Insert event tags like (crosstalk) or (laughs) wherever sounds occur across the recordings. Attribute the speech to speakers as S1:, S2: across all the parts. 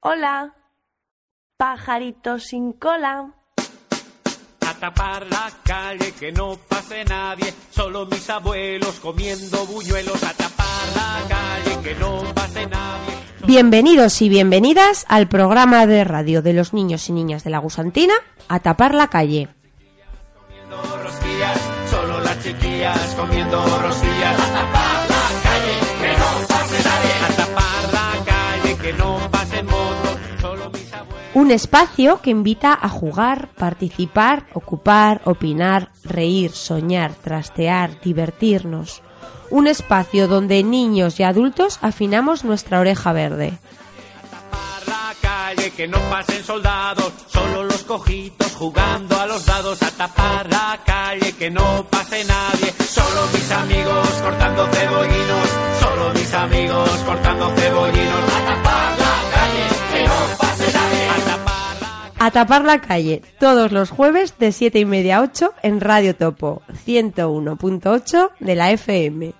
S1: hola, pajarito sin cola.
S2: A tapar la calle, que no pase nadie, solo mis abuelos comiendo buñuelos. A tapar la calle, que no pase nadie.
S3: Bienvenidos y bienvenidas al programa de radio de los niños y niñas de la Gusantina, A Tapar la Calle.
S2: comiendo rosquillas, solo las chiquillas comiendo rosquillas. A tapar la calle, que no pase nadie. A tapar la calle, que no pase moto, solo mis abuelos.
S3: Un espacio que invita a jugar, participar, ocupar, opinar, reír, soñar, trastear, divertirnos. Un espacio donde niños y adultos afinamos nuestra oreja verde.
S2: Tapar la calle, que no pasen soldados, solo los cojitos jugando a los dados. A tapar la calle, que no pase nadie, solo mis amigos cortando cebollinos. Solo mis amigos cortando cebollinos. A tapar la calle, que no pase nadie. A tapar la
S3: A tapar la calle, todos los jueves de 7 y media a 8 en Radio Topo 101.8 de la FM.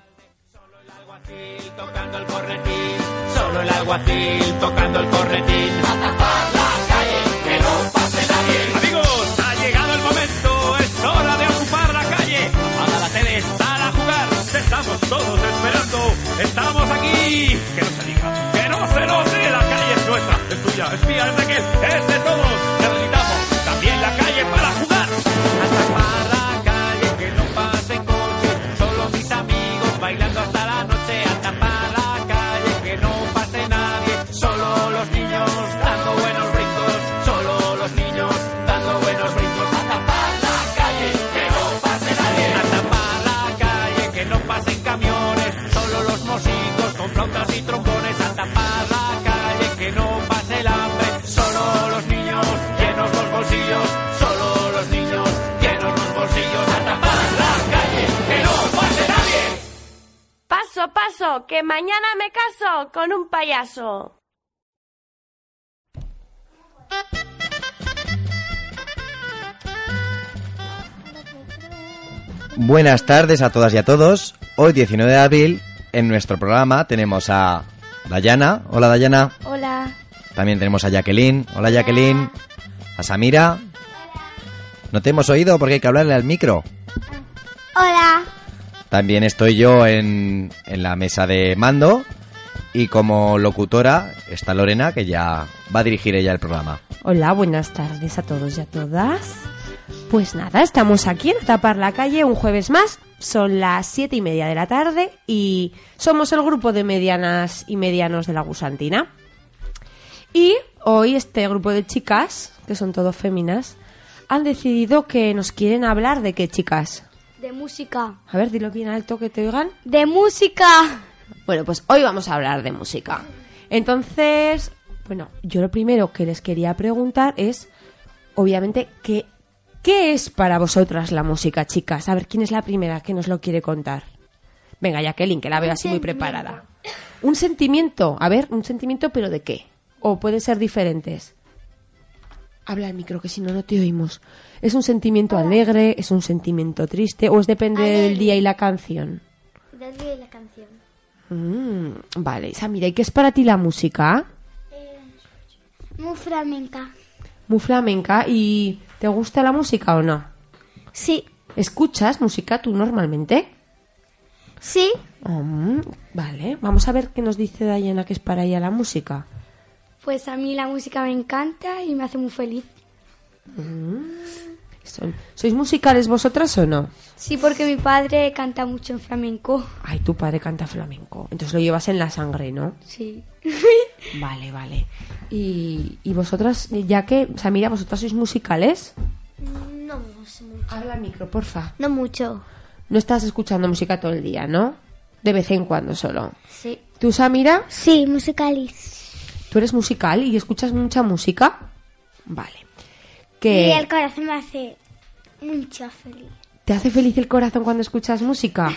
S2: alguacil tocando el corretín, solo el alguacil tocando el corretín. A tapar la calle, que no pase nadie. Amigos, ha llegado el momento, es hora de ocupar la calle. Apaga la tele, sal a jugar, te estamos todos esperando. Estamos aquí, que no se diga, que no se lo olvide, la calle es nuestra, es tuya, es mía, es de aquel, es de todos. Necesitamos también la calle para jugar. A tapar la calle, que no pase coche, solo mis amigos bailando hasta la noche. A tapar la calle, que no pase nadie, solo los niños dando buenos brincos, solo los niños dando buenos brincos. A tapar la calle, que no pase nadie. A tapar la calle, que no pasen camiones, solo los músicos con flautas y trombones. A tapar la calle, que no pase el hambre, solo los niños llenos los bolsillos, solo los niños llenos los bolsillos. A tapar la calle, que no pase nadie.
S1: Paso, paso, que mañana me caso con un payaso.
S4: Buenas tardes a todas y a todos. Hoy 19 de abril en nuestro programa tenemos a Dayana. Hola Dayana.
S5: Hola.
S4: También tenemos a Jacqueline. Hola Jacqueline. A Samira. No te hemos oído porque hay que hablarle al micro.
S5: Hola.
S4: También estoy yo en, en la mesa de mando y como locutora está Lorena que ya va a dirigir ella el programa.
S3: Hola, buenas tardes a todos y a todas. Pues nada, estamos aquí en Tapar la Calle un jueves más. Son las siete y media de la tarde y somos el grupo de medianas y medianos de la Gusantina. Y hoy este grupo de chicas, que son todos féminas, han decidido que nos quieren hablar de qué chicas.
S5: De música.
S3: A ver, dilo bien alto que te oigan.
S5: De música.
S3: Bueno, pues hoy vamos a hablar de música. Entonces, bueno, yo lo primero que les quería preguntar es, obviamente, ¿qué, qué es para vosotras la música, chicas? A ver, ¿quién es la primera que nos lo quiere contar? Venga, Jacqueline, que la veo así muy preparada. Un sentimiento, a ver, un sentimiento, pero ¿de qué? O pueden ser diferentes. Habla al micro, que si no, no te oímos. ¿Es un sentimiento alegre? ¿Es un sentimiento triste? ¿O es depende del día y la canción?
S5: Del día y la canción.
S3: Mm, vale, Samira, ¿y qué es para ti la música?
S5: Muy flamenca.
S3: Muy flamenca. ¿Y te gusta la música o no?
S5: Sí.
S3: ¿Escuchas música tú normalmente?
S5: Sí.
S3: Mm, vale, vamos a ver qué nos dice Dayana que es para ella la música.
S5: Pues a mí la música me encanta y me hace muy feliz.
S3: Son- ¿Sois musicales vosotras o no?
S5: Sí, porque mi padre canta mucho en flamenco.
S3: Ay, tu padre canta flamenco. Entonces lo llevas en la sangre, ¿no?
S5: Sí.
S3: Vale, vale. ¿Y, y vosotras, ya que, Samira, vosotras sois musicales?
S5: No, mucho.
S3: Habla al micro, porfa.
S5: No mucho.
S3: No estás escuchando música todo el día, ¿no? De vez en cuando solo.
S5: Sí.
S3: ¿Tú, Samira?
S5: Sí, musicalis.
S3: ¿Tú eres musical y escuchas mucha música? Vale. ¿Que
S5: corazón me hace mucho feliz.
S3: ¿Te hace feliz el corazón cuando escuchas música?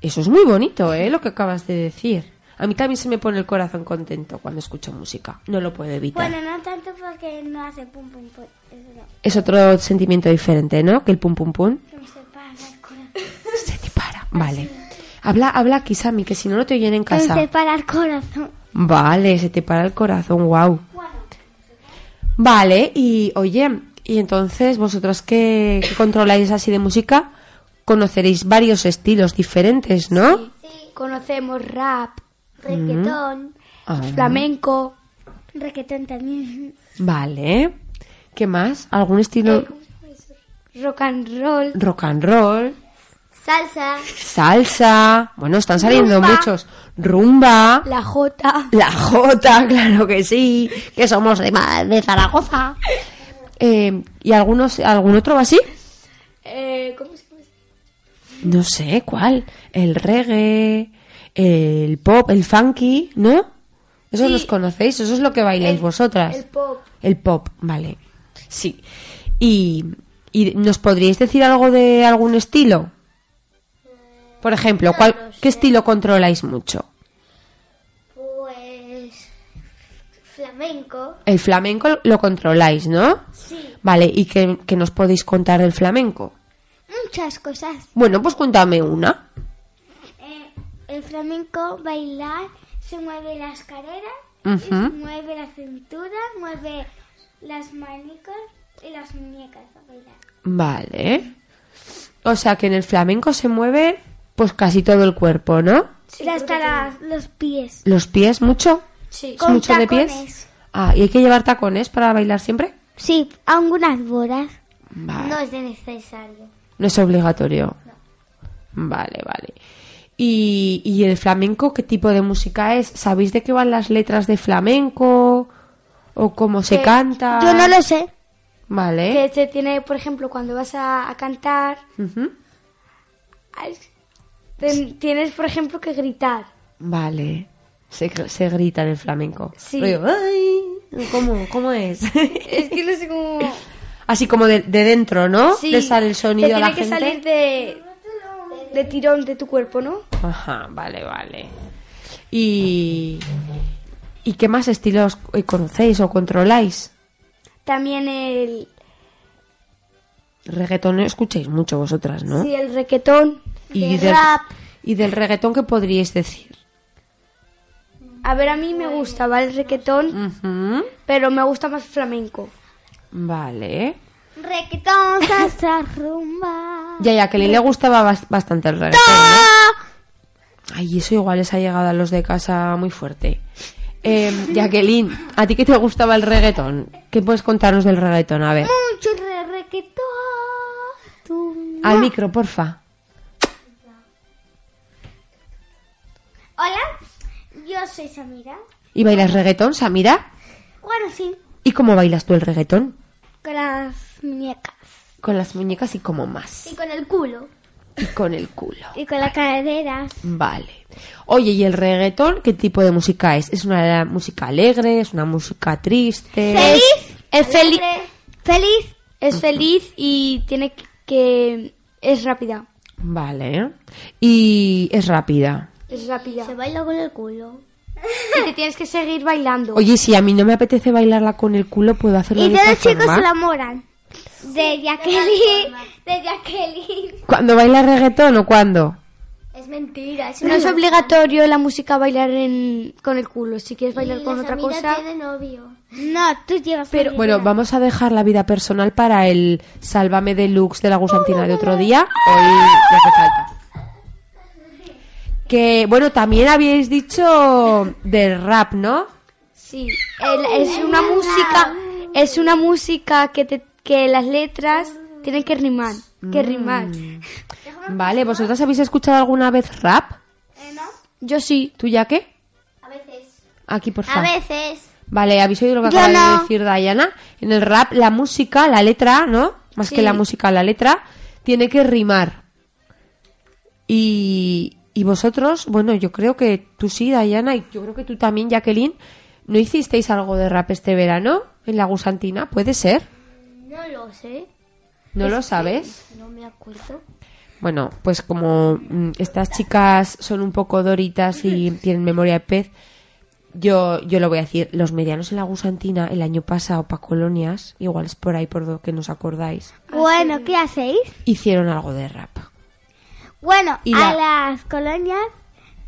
S3: Eso es muy bonito, ¿eh? Lo que acabas de decir. A mí también se me pone el corazón contento cuando escucho música. No lo puedo evitar.
S5: no tanto porque no hace pum pum pum.
S3: Es otro sentimiento diferente, ¿no? Que el pum pum pum.
S5: no se para el corazón.
S3: Se te para. Vale. Habla, habla aquí, Sami, que si no, no te oyen en casa.
S5: para el corazón.
S3: Vale, se te para el corazón, wow. Vale, y oye, y entonces vosotros que, que controláis así de música, conoceréis varios estilos diferentes, ¿no?
S5: Conocemos rap,
S6: Requetón.
S3: Ah,
S5: flamenco,
S6: Requetón también.
S3: Vale. ¿Qué más? ¿Algún estilo
S5: eh, rock and roll,
S3: rock and roll?
S6: Salsa.
S3: Salsa. Bueno, están saliendo
S6: Rumba.
S3: muchos. Rumba.
S5: la jota,
S3: La Jota, (laughs) claro que sí, que somos de, Ma- de Zaragoza. Eh, ¿Y algunos, algún otro así?
S5: eh, ¿cómo se llama?
S3: No sé, ¿cuál? El reggae, el pop, el funky, ¿no? ¿Esos
S5: Sí.
S3: los conocéis? ¿Eso es lo que bailáis
S5: El-
S3: vosotras?
S5: el pop.
S3: El pop, vale. Sí. ¿Y, y nos podríais decir algo de algún estilo? Por ejemplo, ¿cuál, ¿qué estilo controláis mucho?
S6: Pues. Flamenco.
S3: El flamenco lo controláis, ¿no?
S6: Sí.
S3: Vale, ¿y qué, qué nos podéis contar del flamenco?
S6: Muchas cosas.
S3: Bueno, pues cuéntame una.
S6: Eh, el flamenco, bailar, se mueve las caderas,
S3: Ujú.
S6: mueve la cintura, mueve las manicas y las muñecas a bailar.
S3: Vale. O sea que en el flamenco se mueve pues casi todo el cuerpo, ¿no?
S6: y hasta las- los pies.
S3: ¿Los pies mucho?
S5: Sí.
S3: ¿Es
S6: Con
S3: mucho de pies?
S6: tacones.
S3: Ah, ¿y hay que llevar tacones para bailar siempre?
S6: Sí, algunas bolas.
S3: Vale.
S6: No es de necesario.
S3: No es obligatorio. Vale, vale. ¿Y, ¿Y el flamenco qué tipo de música es? ¿Sabéis de qué van las letras de flamenco? ¿O cómo se canta?
S6: Yo no lo sé.
S3: Vale.
S5: Que se tiene, por ejemplo, cuando vas a, a cantar,
S3: Ujú.
S5: ay, ten- tienes, por ejemplo, que gritar.
S3: Vale. Se, se grita en el flamenco.
S5: Sí.
S3: Rollo, "Ay", ¿Cómo, cómo es?
S5: Es que no sé cómo...
S3: Así como de, de dentro, ¿no?
S5: Sí,
S3: Le sale el sonido
S5: te
S3: a
S5: tiene
S3: la
S5: que
S3: gente.
S5: salir de, de tirón de tu cuerpo, ¿no?
S3: Ajá, vale, vale. Y... ¿Y qué más estilos eh, conocéis o controláis?
S5: También el,
S3: Reggaetón escucháis mucho vosotras, ¿no?
S5: sí, el requetón.
S3: y
S6: de rap.
S3: ¿Y del reggaetón qué podríais decir?
S5: A ver, a mí me gustaba el requetón,
S3: Ujú,
S5: pero me gusta más flamenco.
S3: Vale.
S6: Requetón, salsa,
S5: Ah,
S6: rumba.
S3: Ya, ya, que a Lili le gustaba bas- bastante el reggaetón, ¿no? Ay, eso igual les ha llegado a los de casa muy fuerte. Eh, Jacqueline, ¿a ti qué te gustaba el reggaetón? ¿Qué puedes contarnos del reggaetón? A ver,
S6: Mucho re- requetón. Tú-
S3: al micro, porfa.
S6: Hola, yo soy Samira.
S3: ¿Y bailas reggaetón, Samira?
S6: Bueno, sí,
S3: ¿Y cómo bailas tú el reggaetón?
S6: con las muñecas.
S3: Con las muñecas y como más.
S6: Y con el culo.
S3: Y con el culo.
S6: Y con las caderas.
S3: Vale. Oye, ¿y el reggaetón qué tipo de música es? ¿Es una música alegre? ¿Es una música triste?
S6: Feliz.
S5: Es feliz,
S6: Feliz.
S5: es feliz y tiene que, que- es rápida,
S3: Vale. Y es rápida.
S5: es rápida.
S6: Se baila con el culo.
S5: Y te tienes que seguir bailando.
S3: Oye, si a mí no me apetece bailarla con el culo, ¿puedo hacerlo
S6: Y
S3: de
S6: de
S3: otra
S6: los chicos
S3: forma?
S6: se enamoran. De Jacqueline. De Jacqueline.
S3: ¿Cuándo baila reggaetón o cuándo?
S6: Es mentira.
S5: No es obligatorio la música bailar en, con el culo. Si quieres bailar con otra cosa,
S6: novio. No, tú llevas
S5: Pero-
S6: novio.
S3: Bueno, vamos a dejar la vida personal para el Sálvame Deluxe de la gusantina de otro día. Hoy no hace falta. Que, bueno, también habíais dicho del rap, ¿no?
S5: sí. El- es una música, es una música que te- que las letras tienen que rimar, que
S3: Mm.
S5: rimar.
S3: Vale, ¿vosotras habéis escuchado alguna vez rap?
S5: Yo sí.
S3: ¿Tú ya qué?
S6: Eh, A veces.
S3: Aquí, por favor.
S6: A veces.
S3: Vale, ¿habéis oído lo que
S6: Yo
S3: acaba de
S6: no.
S3: decir Dayana? En el rap, la música, la letra, ¿no? Más que
S5: Sí.
S3: la música, la letra, tiene que rimar. Y, y vosotros, bueno, yo creo que tú sí, Dayana, y yo creo que tú también, Jacqueline, ¿no hicisteis algo de rap este verano en la gusantina? ¿Puede ser?
S6: No lo sé.
S3: ¿No lo sabes?
S6: No me acuerdo.
S3: Bueno, pues como mm, estas chicas son un poco doritas y tienen memoria de pez, yo, yo lo voy a decir. Los medianos en la gusantina el año pasado para colonias, igual es por ahí por lo que nos acordáis,
S6: Ah, Bueno, ¿qué hacéis?
S3: hicieron algo de rap.
S6: Bueno,
S3: Y
S6: a
S3: la-
S6: las colonias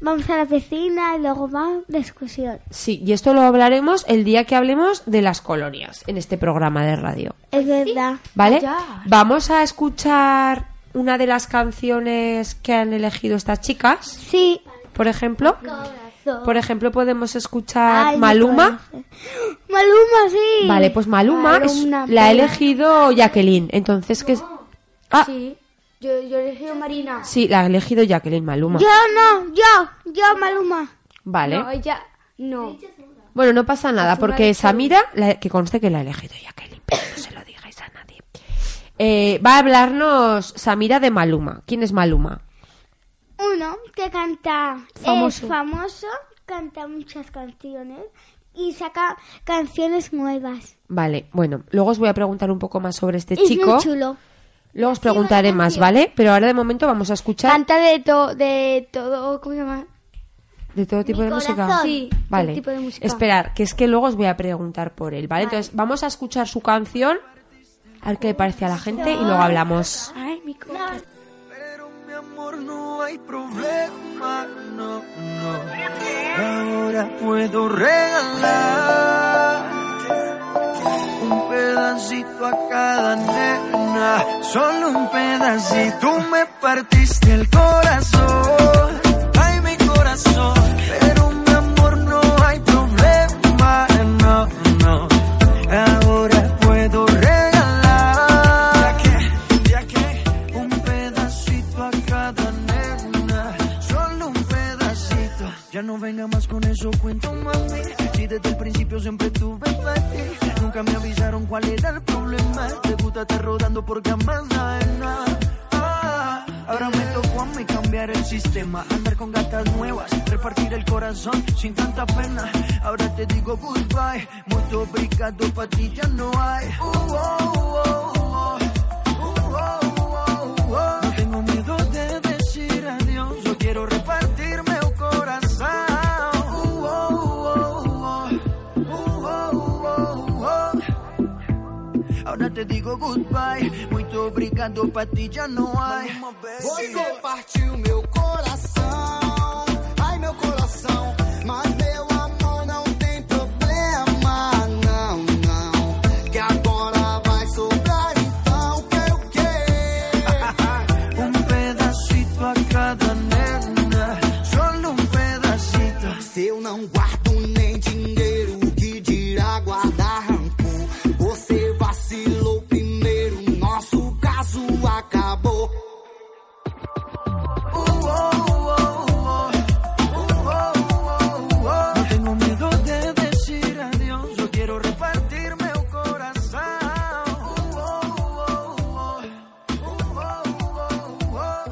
S6: vamos a la piscina y luego va de excursión.
S3: Sí, y esto lo hablaremos el día que hablemos de las colonias en este programa de radio.
S6: Es verdad.
S3: ¿Vale? Vamos a escuchar una de las canciones que han elegido estas chicas,
S6: Sí.
S3: por ejemplo. Por ejemplo, podemos escuchar
S6: Ay, mi
S3: Maluma.
S6: corazón. Maluma,
S5: ¿eh?
S6: sí.
S3: Vale, pues Maluma es-
S5: Maluma,
S3: la ha
S5: pero-
S3: elegido Jacqueline. Entonces, que Ah, sí.
S5: Sí. Yo, yo elegí a Marina.
S3: la ha elegido Jacqueline Maluma.
S6: Yo no, yo, yo Maluma.
S3: Vale.
S5: No, ella... No.
S3: Bueno, no pasa nada, porque Samira, la- que conste que la ha elegido Jacqueline, pero no se lo digáis a nadie. Eh, va a hablarnos Samira de Maluma. ¿Quién es Maluma?
S6: Uno que canta
S5: Famoso.
S6: es famoso, canta muchas canciones y saca canciones nuevas.
S3: Vale, bueno, luego os voy a preguntar un poco más sobre este
S6: Es
S3: chico.
S6: muy chulo.
S3: Luego os preguntaré más, ¿vale? Pero ahora de momento vamos a escuchar
S5: Canta de, to, de todo... ¿Cómo se llama?
S3: de todo tipo
S6: Mi
S3: de música.
S6: corazón.
S5: Sí,
S3: vale.
S5: todo tipo de música.
S3: Esperar, que es que luego os voy a preguntar por él, ¿vale? Entonces, vamos a escuchar su canción, a ver qué le parece a la gente y luego hablamos.
S5: Ay, mi corazón.
S7: Pero mi amor no hay problema, no, no. Ahora puedo regalar un pedacito a cada nena, solo un pedacito. Tú me partiste el corazón, ay mi corazón. Pero mi amor no hay problema, no, no. Ahora puedo regalar ya que un pedacito a cada nena, solo un pedacito. Ya no venga más con eso, cuento mami. Si desde el principio siempre tuve para ti, nunca me avisaron cuál era el problema. Te gusta estar rodando por camas ajenas. Ah, Ahora me tocó a mí cambiar el sistema, andar con gatas nuevas, repartir el corazón sin tanta pena. Ahora te digo goodbye, mucho obrigado pa' ti ya no hay. Uh, oh, uh, oh, uh, oh. No tengo miedo de decir adiós. Yo quiero repartir mi corazón. Uh, oh, uh, oh, uh, oh. Uh, oh, uh, oh, uh. Ahora te digo goodbye. Muito obrigado, pra ti já não há.
S8: Você partiu meu coração, ai meu coração. Mas meu amor não tem problema, não, não. Que agora vai sobrar, então quero o quê?
S7: Un Um pedacito a cada nena. Solo un pedacito.
S8: Se eu não guardo nem dinheiro, o que dirá guardar rancor? Você vacilou primeiro, nosso caso acabou.
S7: No tengo miedo de decir adiós. Yo quiero repartir mi corazón. Uh, oh, oh, oh. Uh, oh, oh, oh.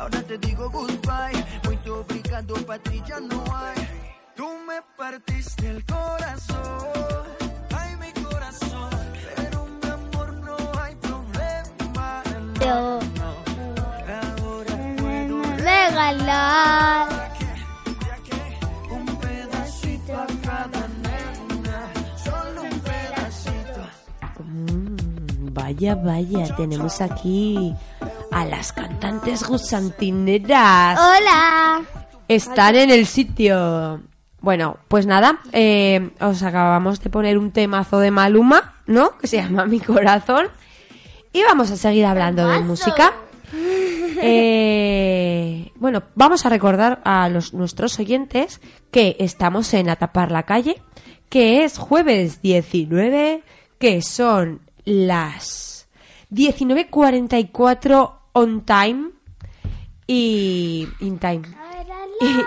S7: Ahora te digo goodbye. Muy obrigado, para ti ya no hay. Tú me partiste el corazón. Ay, mi corazón. Pero mi amor no hay problema.
S6: Yo
S7: Ahora
S6: puedo regalar.
S7: un pedacito a cada nena. Solo un pedacito.
S3: Mm, Vaya, vaya, tenemos aquí a las cantantes gusantineras.
S6: Hola.
S3: Están en el sitio. Bueno, pues nada, eh, os acabamos de poner un temazo de Maluma, ¿no? Que se llama Mi Corazón. Y vamos a seguir hablando de música. Eh, bueno, vamos a recordar a los, nuestros oyentes que estamos en Atapar la Calle, que es jueves 19, que son las 19.44 on time y in time.
S6: Era la voz.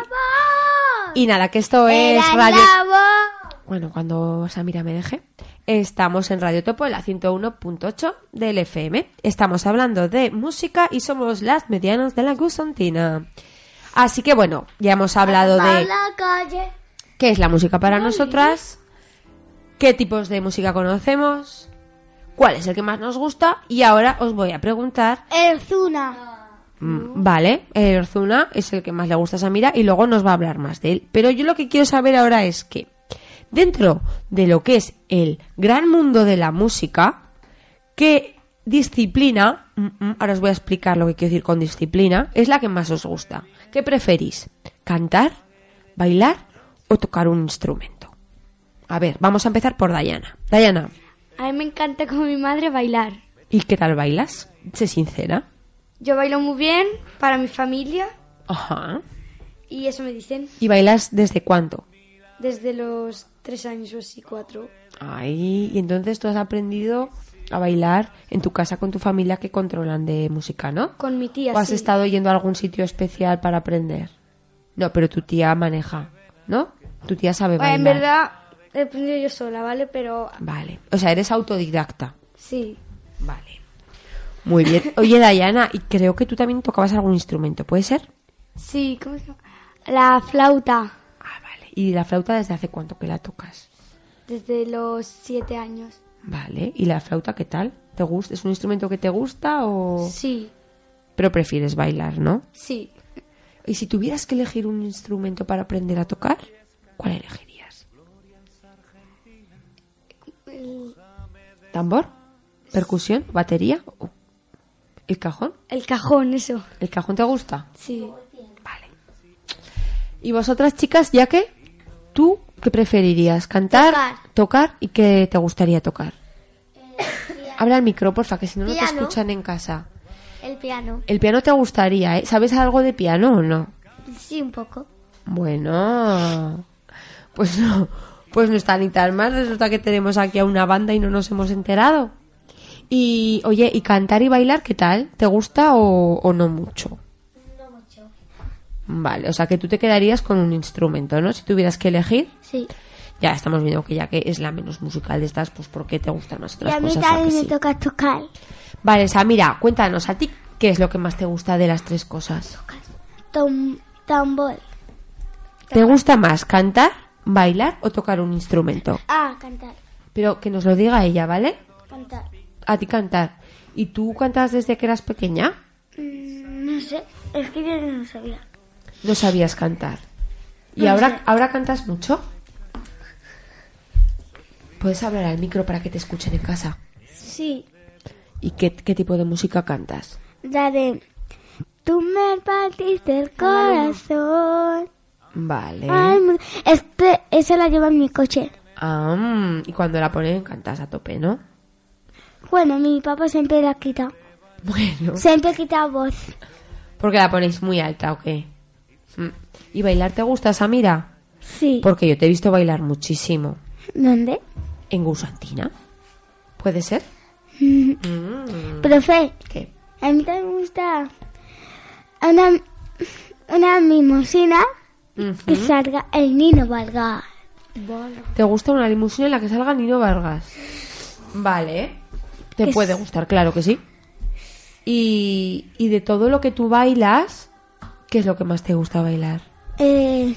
S3: Y nada, que esto es
S6: Era
S3: pues, radio...
S6: la voz.
S3: Bueno, cuando Samira me deje, estamos en Radio Topo, en la 101.8 del FM. Estamos hablando de música y somos las medianas de la gusantina. Así que bueno, ya hemos hablado
S6: A
S3: de
S6: la calle.
S3: qué es la música para nosotras, qué tipos de música conocemos, cuál es el que más nos gusta y ahora os voy a preguntar,
S6: Erzuna.
S3: mm, vale, el Ozuna es el que más le gusta a Samira y luego nos va a hablar más de él. Pero yo lo que quiero saber ahora es que dentro de lo que es el gran mundo de la música, ¿qué Disciplina, mm, mm, ahora os voy a explicar lo que quiero decir con disciplina, es la que más os gusta. ¿Qué preferís? ¿Cantar, bailar o tocar un instrumento? A ver, vamos a empezar por Dayana. Dayana,
S5: A mí me encanta con mi madre bailar.
S3: ¿y qué tal bailas? Sé sincera.
S5: Yo bailo muy bien para mi familia
S3: Ajá.
S5: y eso me dicen
S3: ¿Y bailas desde cuándo?
S5: desde los tres años o así, cuatro.
S3: Ay, y entonces tú has aprendido a bailar en tu casa con tu familia que controlan de música, ¿no?
S5: Con mi tía,
S3: ¿O has
S5: sí.
S3: estado yendo a algún sitio especial para aprender? No, pero tu tía maneja, ¿no? Tu tía sabe
S5: Bueno,
S3: bailar.
S5: Pues, en verdad he aprendido yo sola, ¿vale? Pero
S3: Vale. O sea, eres autodidacta.
S5: sí,
S3: Vale. Muy bien. (laughs) Oye, Dayana, y creo que tú también tocabas algún instrumento, ¿puede ser?
S5: sí, ¿cómo se llama? La flauta
S3: Ah, vale. ¿Y la flauta desde hace cuánto que la tocas?
S5: desde los siete años.
S3: Vale. ¿Y la flauta qué tal? ¿Te gusta? ¿Es un instrumento que te gusta o...?
S5: Sí,
S3: Pero prefieres bailar, ¿no?
S5: sí.
S3: Y si tuvieras que elegir un instrumento para aprender a tocar, ¿cuál elegirías?
S5: El,
S3: ¿Tambor? ¿Percusión? ¿Batería? ¿O ¿El cajón?
S5: el cajón, eso.
S3: ¿El cajón te gusta?
S5: Sí.
S3: Vale. ¿Y vosotras, chicas, ya que tú qué preferirías? ¿Cantar?
S6: Tocar.
S3: ¿Y qué te gustaría tocar? Habla al micro, porfa, que si no, no te
S6: Eh, Piano.
S3: escuchan en casa.
S6: El piano.
S3: El piano te gustaría, ¿eh? ¿Sabes algo de piano o no?
S6: Sí, un poco.
S3: Bueno, pues no, pues no está ni tan mal. Resulta que tenemos aquí a una banda y no nos hemos enterado. Y oye, ¿y cantar y bailar qué tal? ¿Te gusta o, o no mucho? No mucho. Vale, o sea que tú te quedarías con un instrumento, ¿no? Si tuvieras que elegir,
S6: Sí.
S3: ya estamos viendo que ya que es la menos musical de estas, pues ¿por qué te gustan más
S6: Y
S3: otras
S6: a mí
S3: cosas? ¿A que
S6: también me
S3: sí?
S6: toca tocar.
S3: Vale, o sea, mira, cuéntanos a ti qué es lo que más te gusta de las tres cosas.
S6: Tom- tambor.
S3: ¿Te gusta más cantar, bailar o tocar un instrumento?
S6: Ah, cantar.
S3: Pero que nos lo diga ella, ¿vale?
S6: Cantar.
S3: A ti cantar. ¿Y tú cantas desde que eras pequeña?
S6: Mm, no sé. Es que yo no sabía.
S3: No sabías cantar. ¿Y ahora, ahora cantas mucho? Puedes hablar al micro para que te escuchen en casa.
S6: Sí.
S3: ¿Y qué, qué tipo de música cantas?
S6: La de... Tú me partiste el corazón.
S3: Vale.
S6: Ay, mu- este, esa la lleva en mi coche.
S3: Ah, mm, y cuando la ponen cantas a tope, ¿no? (laughs)
S6: Bueno, mi papá siempre la quita.
S3: Bueno.
S6: Siempre quita voz.
S3: Porque la ponéis muy alta, ¿o qué? Mm. ¿Y bailar te gusta, Samira?
S6: Sí.
S3: Porque yo te he visto bailar muchísimo.
S6: ¿Dónde?
S3: ¿En Gusantina? ¿Puede ser? Mm.
S6: Profe,
S3: ¿Qué?
S6: a mí también me gusta una, una mimosina que salga el niño valga.
S3: ¿Te gusta una limusina en la que salga Nino Vargas? Vale. Te
S6: Que
S3: puede
S6: s-
S3: gustar, claro que sí. Y, y de todo lo que tú bailas, ¿qué es lo que más te gusta bailar?
S6: Eh,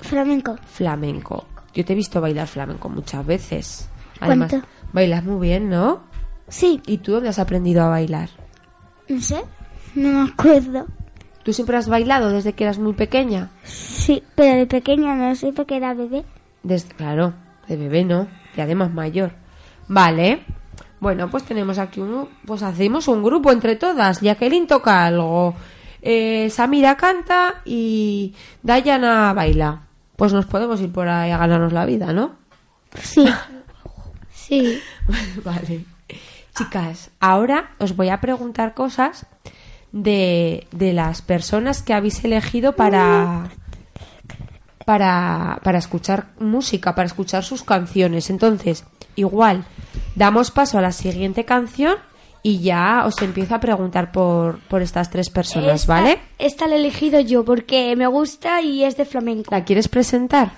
S6: flamenco.
S3: Flamenco. Yo te he visto bailar flamenco muchas veces. Además,
S6: ¿Cuánto?
S3: bailas muy bien, ¿no?
S6: Sí,
S3: ¿Y tú dónde has aprendido a bailar?
S6: no sé, no me acuerdo.
S3: ¿Tú siempre has bailado desde que eras muy pequeña?
S6: Sí, pero de pequeña no sé porque era bebé.
S3: Desde, claro, de bebé no, y además mayor. Vale. Bueno, pues tenemos aquí uno, pues hacemos un grupo entre todas. Jacqueline toca algo, eh, Samira canta y Dayana baila. Pues nos podemos ir por ahí a ganarnos la vida, ¿no?
S6: Sí,
S5: Sí.
S3: (laughs) vale. Chicas, ahora os voy a preguntar cosas de, de las personas que habéis elegido para, para, para escuchar música, para escuchar sus canciones. Entonces, igual, damos paso a la siguiente canción y ya os empiezo a preguntar por, por estas tres personas,
S5: Esta-
S3: ¿vale?
S5: Esta la he elegido yo porque me gusta y es de flamenco.
S3: ¿La quieres presentar?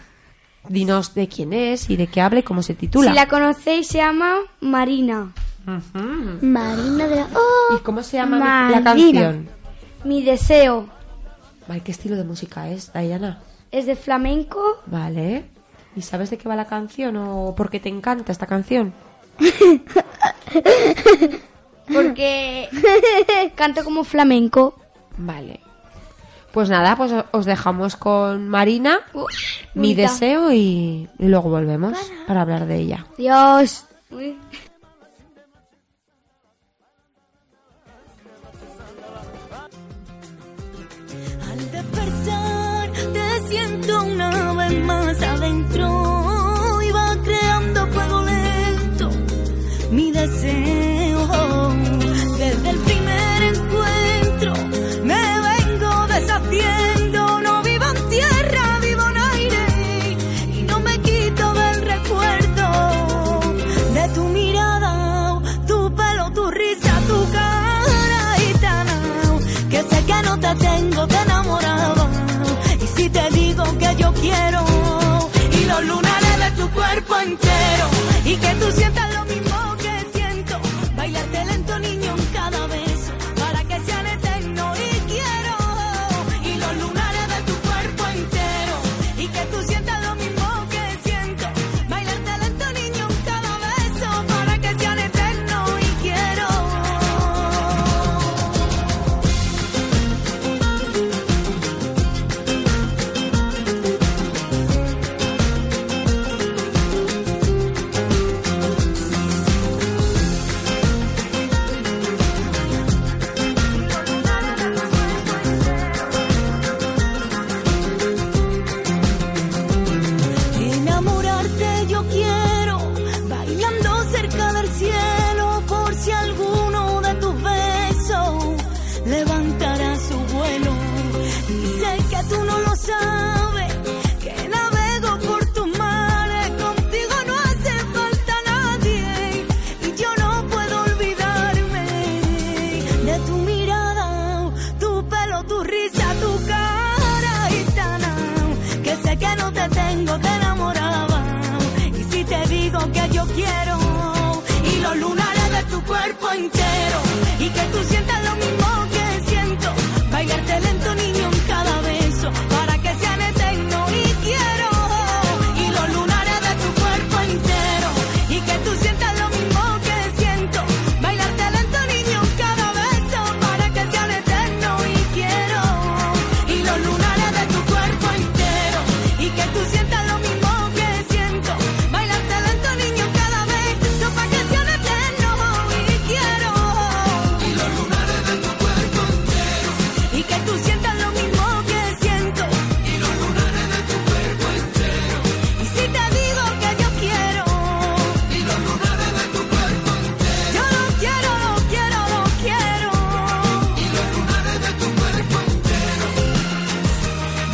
S3: Dinos de quién es y de qué habla y cómo se titula.
S5: Si la conocéis se llama Marina.
S3: Ujú.
S6: Marina de la...
S3: ¿Y
S6: ¡Oh!
S3: cómo se llama la
S6: Marina.
S3: canción?
S5: Mi deseo
S3: Vale, ¿qué estilo de música es, Diana?
S5: es de flamenco.
S3: Vale. ¿Y sabes de qué va la canción o por qué te encanta esta canción?
S5: Porque Eh, canto como flamenco.
S3: Vale. Pues nada, pues o- os dejamos con Marina, mi
S5: bonita.
S3: deseo y, y luego volvemos para hablar de ella.
S5: Dios.
S7: quiero. Y los lunares de tu cuerpo entero. Y que tú sientas lo mismo que siento. Bailarte lento, niño, en cada beso. Para que sean eternos y quiero. Y los lunares de tu cuerpo entero. Y que tú sientas lo mismo que siento. Bailarte lento, niño, en cada beso. Para que sean eternos y quiero. Enamorarte yo quiero, bailando cerca del cielo, por si alguno de tus besos levantará su vuelo. Y sé que tú no lo sabes, que navego por tus mares, contigo no hace falta nadie. Y yo no puedo olvidarme de tu mirada, tu pelo, tu risa, tu cara gitana, que sé que no te tengo que enamoraba. Y si te digo que yo quiero, y los lunares de tu cuerpo entero, y que tú sientas lo mismo que siento, bailarte lento, niño, en cada beso, para que sean eternos y quiero. Y los lunares de tu cuerpo entero, y que tú sientas lo mismo que siento, bailarte lento, niño, en cada beso, para que sean eternos y quiero. Y los lunares de tu cuerpo entero, y que tú sientas lo mismo que siento, bailarte lento, niño, en cada beso, para que sean eternos y quiero. Y los lunares de tu cuerpo entero, y que tú sientas lo mismo que siento, y los lunares de tu cuerpo entero, y si te digo que yo quiero. Yo lo quiero, lo quiero, lo quiero. Y los lunares de tu cuerpo entero.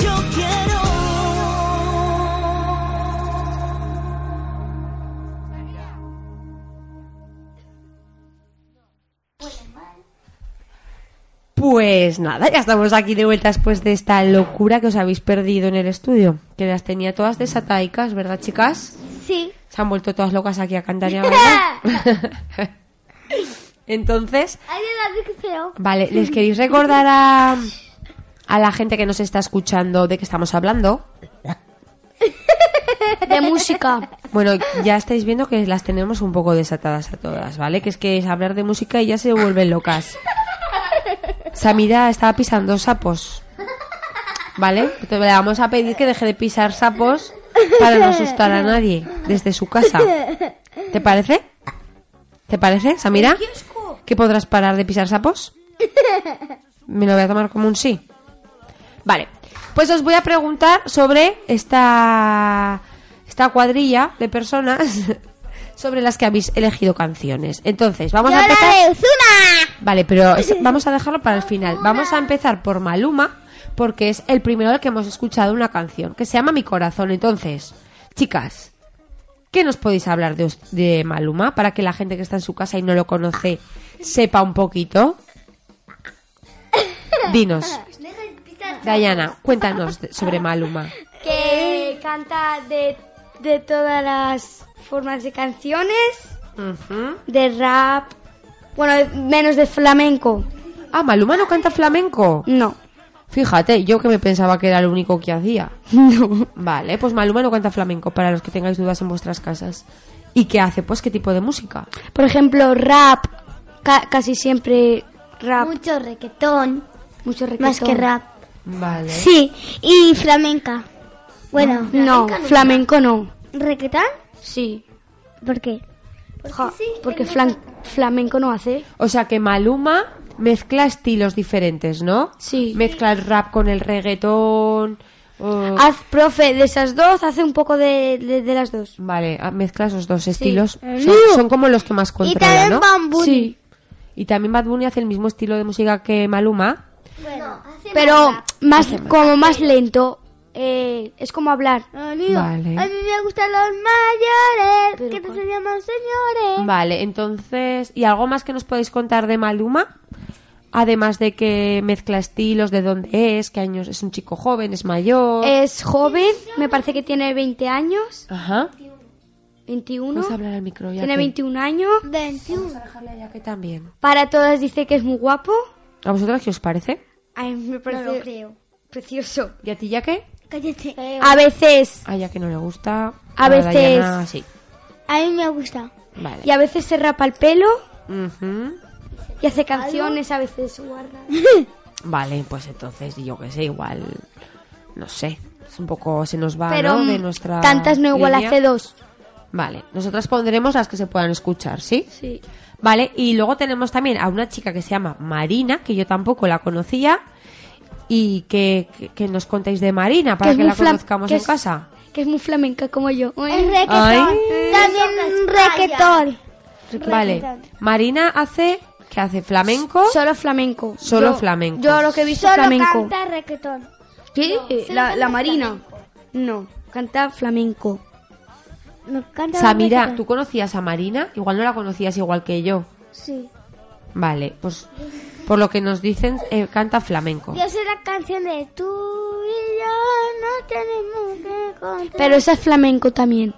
S7: Yo quiero.
S3: Pues nada, ya estamos aquí de vuelta después de esta locura que os habéis perdido en el estudio. Que las tenía todas desataicas, ¿verdad, chicas?
S6: Sí.
S3: Se han vuelto todas locas aquí a cantar y a bailar. (laughs) Entonces,
S6: Adiós, David, que feo.
S3: vale, ¿les queréis recordar a, a la gente que nos está escuchando de qué estamos hablando?
S5: De música.
S3: Bueno, ya estáis viendo que las tenemos un poco desatadas a todas, ¿vale? Que es que es hablar de música y ya se vuelven locas. Samira estaba pisando sapos. ¿Vale? Entonces le vamos a pedir que deje de pisar sapos para no asustar a nadie desde su casa. ¿Te parece? ¿Te parece, Samira? ¿Que podrás parar de pisar sapos? Me lo voy a tomar como un sí. Vale, pues os voy a preguntar sobre esta, esta cuadrilla de personas (laughs) sobre las que habéis elegido canciones. Entonces, vamos
S6: Y
S3: a
S6: ahora
S3: empezar...
S6: de Ozuna.
S3: Vale, pero es- vamos a dejarlo para el final. Vamos a empezar por Maluma, porque es el primero al que hemos escuchado una canción, que se llama Mi Corazón. Entonces, chicas, ¿qué nos podéis hablar de, us- de Maluma para que la gente que está en su casa y no lo conoce sepa un poquito? Dinos, Dayana, cuéntanos de- sobre Maluma. Eh.
S5: Que canta de, de todas las formas de canciones,
S3: Ujú.
S5: de rap, bueno, menos de flamenco.
S3: Ah, Maluma no canta flamenco.
S5: No.
S3: Fíjate, yo que me pensaba que era lo único
S6: (laughs)
S3: que hacía.
S5: No.
S3: Vale, pues Maluma no canta flamenco, para los que tengáis dudas en vuestras casas. ¿Y qué hace? Pues qué tipo de música.
S5: Por ejemplo, rap. ca- casi siempre rap.
S6: Mucho requetón.
S5: mucho reggaetón.
S6: Más que rap.
S3: Vale.
S6: Sí, y flamenca. Bueno,
S5: No, flamenco no.
S6: ¿Requetón?
S5: Sí.
S6: ¿Por qué?
S5: Ja, porque flan- flamenco no hace.
S3: O sea que Maluma mezcla estilos diferentes, ¿no?
S5: Sí.
S3: Mezcla el rap con el reggaetón. o-
S6: Ah.
S5: Haz, profe, de esas dos, hace un poco de, de- de las dos.
S3: Vale, ah, mezcla esos dos estilos.
S6: Eh,
S3: Son,
S6: no.
S3: son como los que más
S6: Y
S3: controla,
S6: también
S3: ¿no?
S6: bambú.
S5: Sí.
S3: Y también Bad Bunny hace el mismo estilo de música que Maluma.
S5: Pero más, como más lento. Eh, es como hablar.
S3: Vale.
S6: Ah, A mí me gustan los mayores,
S5: Pero
S6: que no
S5: ¿cuál?
S6: se llaman señores.
S3: Vale, entonces... ¿Y algo más que nos podéis contar de Maluma? Además de que mezcla estilos, de dónde es, qué años es un chico joven, es mayor.
S5: Es joven, me parece que tiene 20 años,
S3: Ajá.
S5: 21.
S3: Puedes hablar al micro Pues ya.
S5: Tiene
S3: que-
S5: 21 años.
S6: 21.
S3: Dejarle ya que también.
S5: Para todas dice que es muy guapo.
S3: ¿A vosotras qué os parece?
S5: Ay, me parece
S6: creo.
S5: precioso.
S3: ¿Y a ti ya qué?
S6: Cállate.
S5: A veces,
S3: A ya que no le gusta.
S5: A veces-
S3: Dayana, sí.
S6: A mí me gusta.
S3: Vale.
S5: y a veces se rapa el pelo
S3: Ujú.
S5: y hace canciones, a veces guarda.
S3: Vale, pues entonces yo qué sé, igual. No sé. Es un poco. Se nos va
S5: Pero
S3: ¿no? de
S5: mm,
S3: nuestra.
S5: tantas no igual
S3: línea.
S5: hace dos.
S3: Vale, nosotras pondremos las que se puedan escuchar, ¿sí?
S5: Sí.
S3: Vale, y luego tenemos también a una chica que se llama Marina, que yo tampoco la conocía. Y que, que- que nos contéis de Marina para que,
S5: es
S3: la
S5: muy flam-
S3: conozcamos
S5: que
S3: en
S5: es-
S3: casa.
S5: Que es muy flamenca como yo.
S6: Es reggaetón.
S3: Ay.
S6: También reggaetón.
S3: Vale, Marina hace. ¿Qué hace? ¿Flamenco?
S5: Solo flamenco.
S3: Solo
S5: Yo-
S3: flamenco.
S5: Yo lo que he visto
S6: Solo
S5: flamenco.
S6: canta reggaetón.
S5: ¿Qué?
S6: solo
S5: la,
S6: canta
S5: la Marina. No, canta flamenco.
S6: No canta
S3: Samira,
S6: reggaetón.
S3: ¿tú conocías a Marina? Igual no la conocías igual que yo.
S6: Sí.
S3: Vale, pues por lo que nos dicen, eh, canta flamenco.
S6: Yo sé la canción de tú y yo no tenemos que contar.
S5: Pero esa es flamenco también.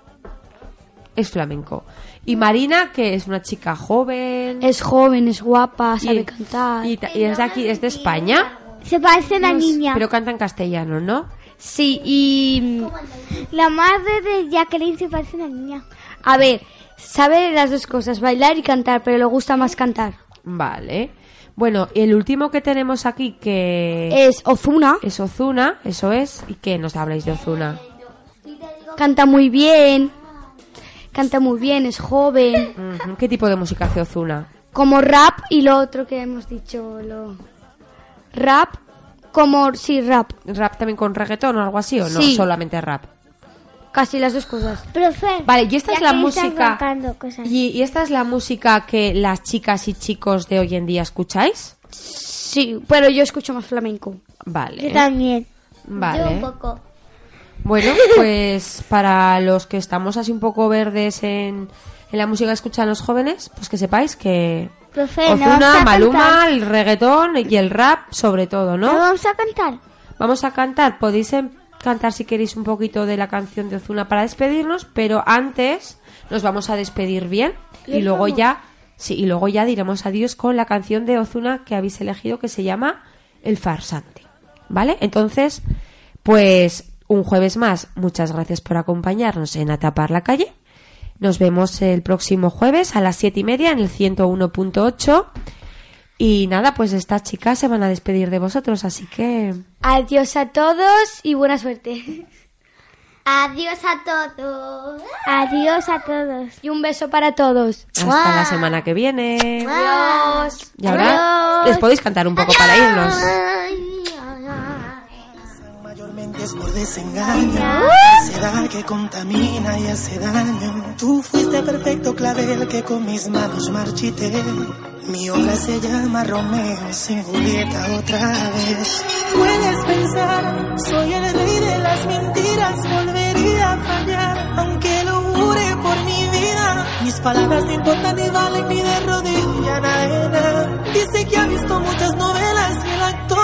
S3: Es flamenco. Y Marina, que es una chica joven.
S5: Es joven, es guapa, sabe
S3: y-
S5: cantar.
S3: Y, ta- y es de aquí, es de España.
S6: se parece a la niña.
S3: Pero canta en castellano, ¿no?
S5: Sí, y mm,
S6: La madre de Jacqueline se parece a la niña.
S5: a ver, sabe las dos cosas, bailar y cantar, pero le gusta más cantar.
S3: Vale. Bueno, y el último que tenemos aquí que
S5: Es Ozuna,
S3: es Ozuna, eso es. ¿Y qué nos habláis de Ozuna?
S5: canta muy bien, canta muy bien, es joven,
S3: Ujú, ¿Qué tipo de música hace Ozuna?
S5: como rap y lo otro que hemos dicho, lo rap, como sí rap,
S3: ¿Rap también con reggaetón o algo así o no?
S5: Sí.
S3: Solamente rap.
S5: casi las dos cosas.
S6: Profe.
S3: Vale, y esta es la
S6: Jacqueline está
S3: música.
S6: arrancando cosas.
S3: Y, y esta es la música que las chicas y chicos de hoy en día escucháis.
S5: Sí, pero yo escucho más flamenco.
S6: Yo
S3: Vale.
S6: también. Yo
S3: Vale.
S6: un poco. (laughs)
S3: Bueno, pues para los que estamos así un poco verdes en, en la música que escuchan los jóvenes, pues que sepáis que
S6: Profe, no vamos
S3: Ozuna,
S6: a
S3: Maluma,
S6: cantar.
S3: el reggaetón y el rap sobre todo,
S6: No
S3: ¿no?
S6: vamos a cantar.
S3: Vamos a cantar, podéis em- cantar si queréis un poquito de la canción de Ozuna para despedirnos, pero antes nos vamos a despedir bien y luego ya sí, y luego ya diremos adiós con la canción de Ozuna que habéis elegido que se llama El farsante. ¿Vale? Entonces, pues un jueves más, muchas gracias por acompañarnos en Atapar la calle. Nos vemos el próximo jueves a las siete y media en el 101.8. Y nada, pues estas chicas se van a despedir de vosotros, así que...
S5: Adiós a todos y buena suerte.
S6: Adiós a todos. Adiós a todos.
S5: Y un beso para todos.
S3: Hasta
S6: ¡Guau!
S3: la semana que viene.
S6: Adiós.
S3: Y ahora les podéis cantar un poco para irnos.
S7: Mayormente es por desengaño, ansiedad que contamina y hace daño. Tú fuiste perfecto clavel que con mis manos marchité. Mi obra se llama Romeo sin Julieta otra vez. Puedes pensar, soy el rey de las mentiras, volvería a fallar, aunque lo jure por mi vida. Mis palabras no importan ni valen ni de rodilla, naena. Dice que ha visto muchas novelas y el actor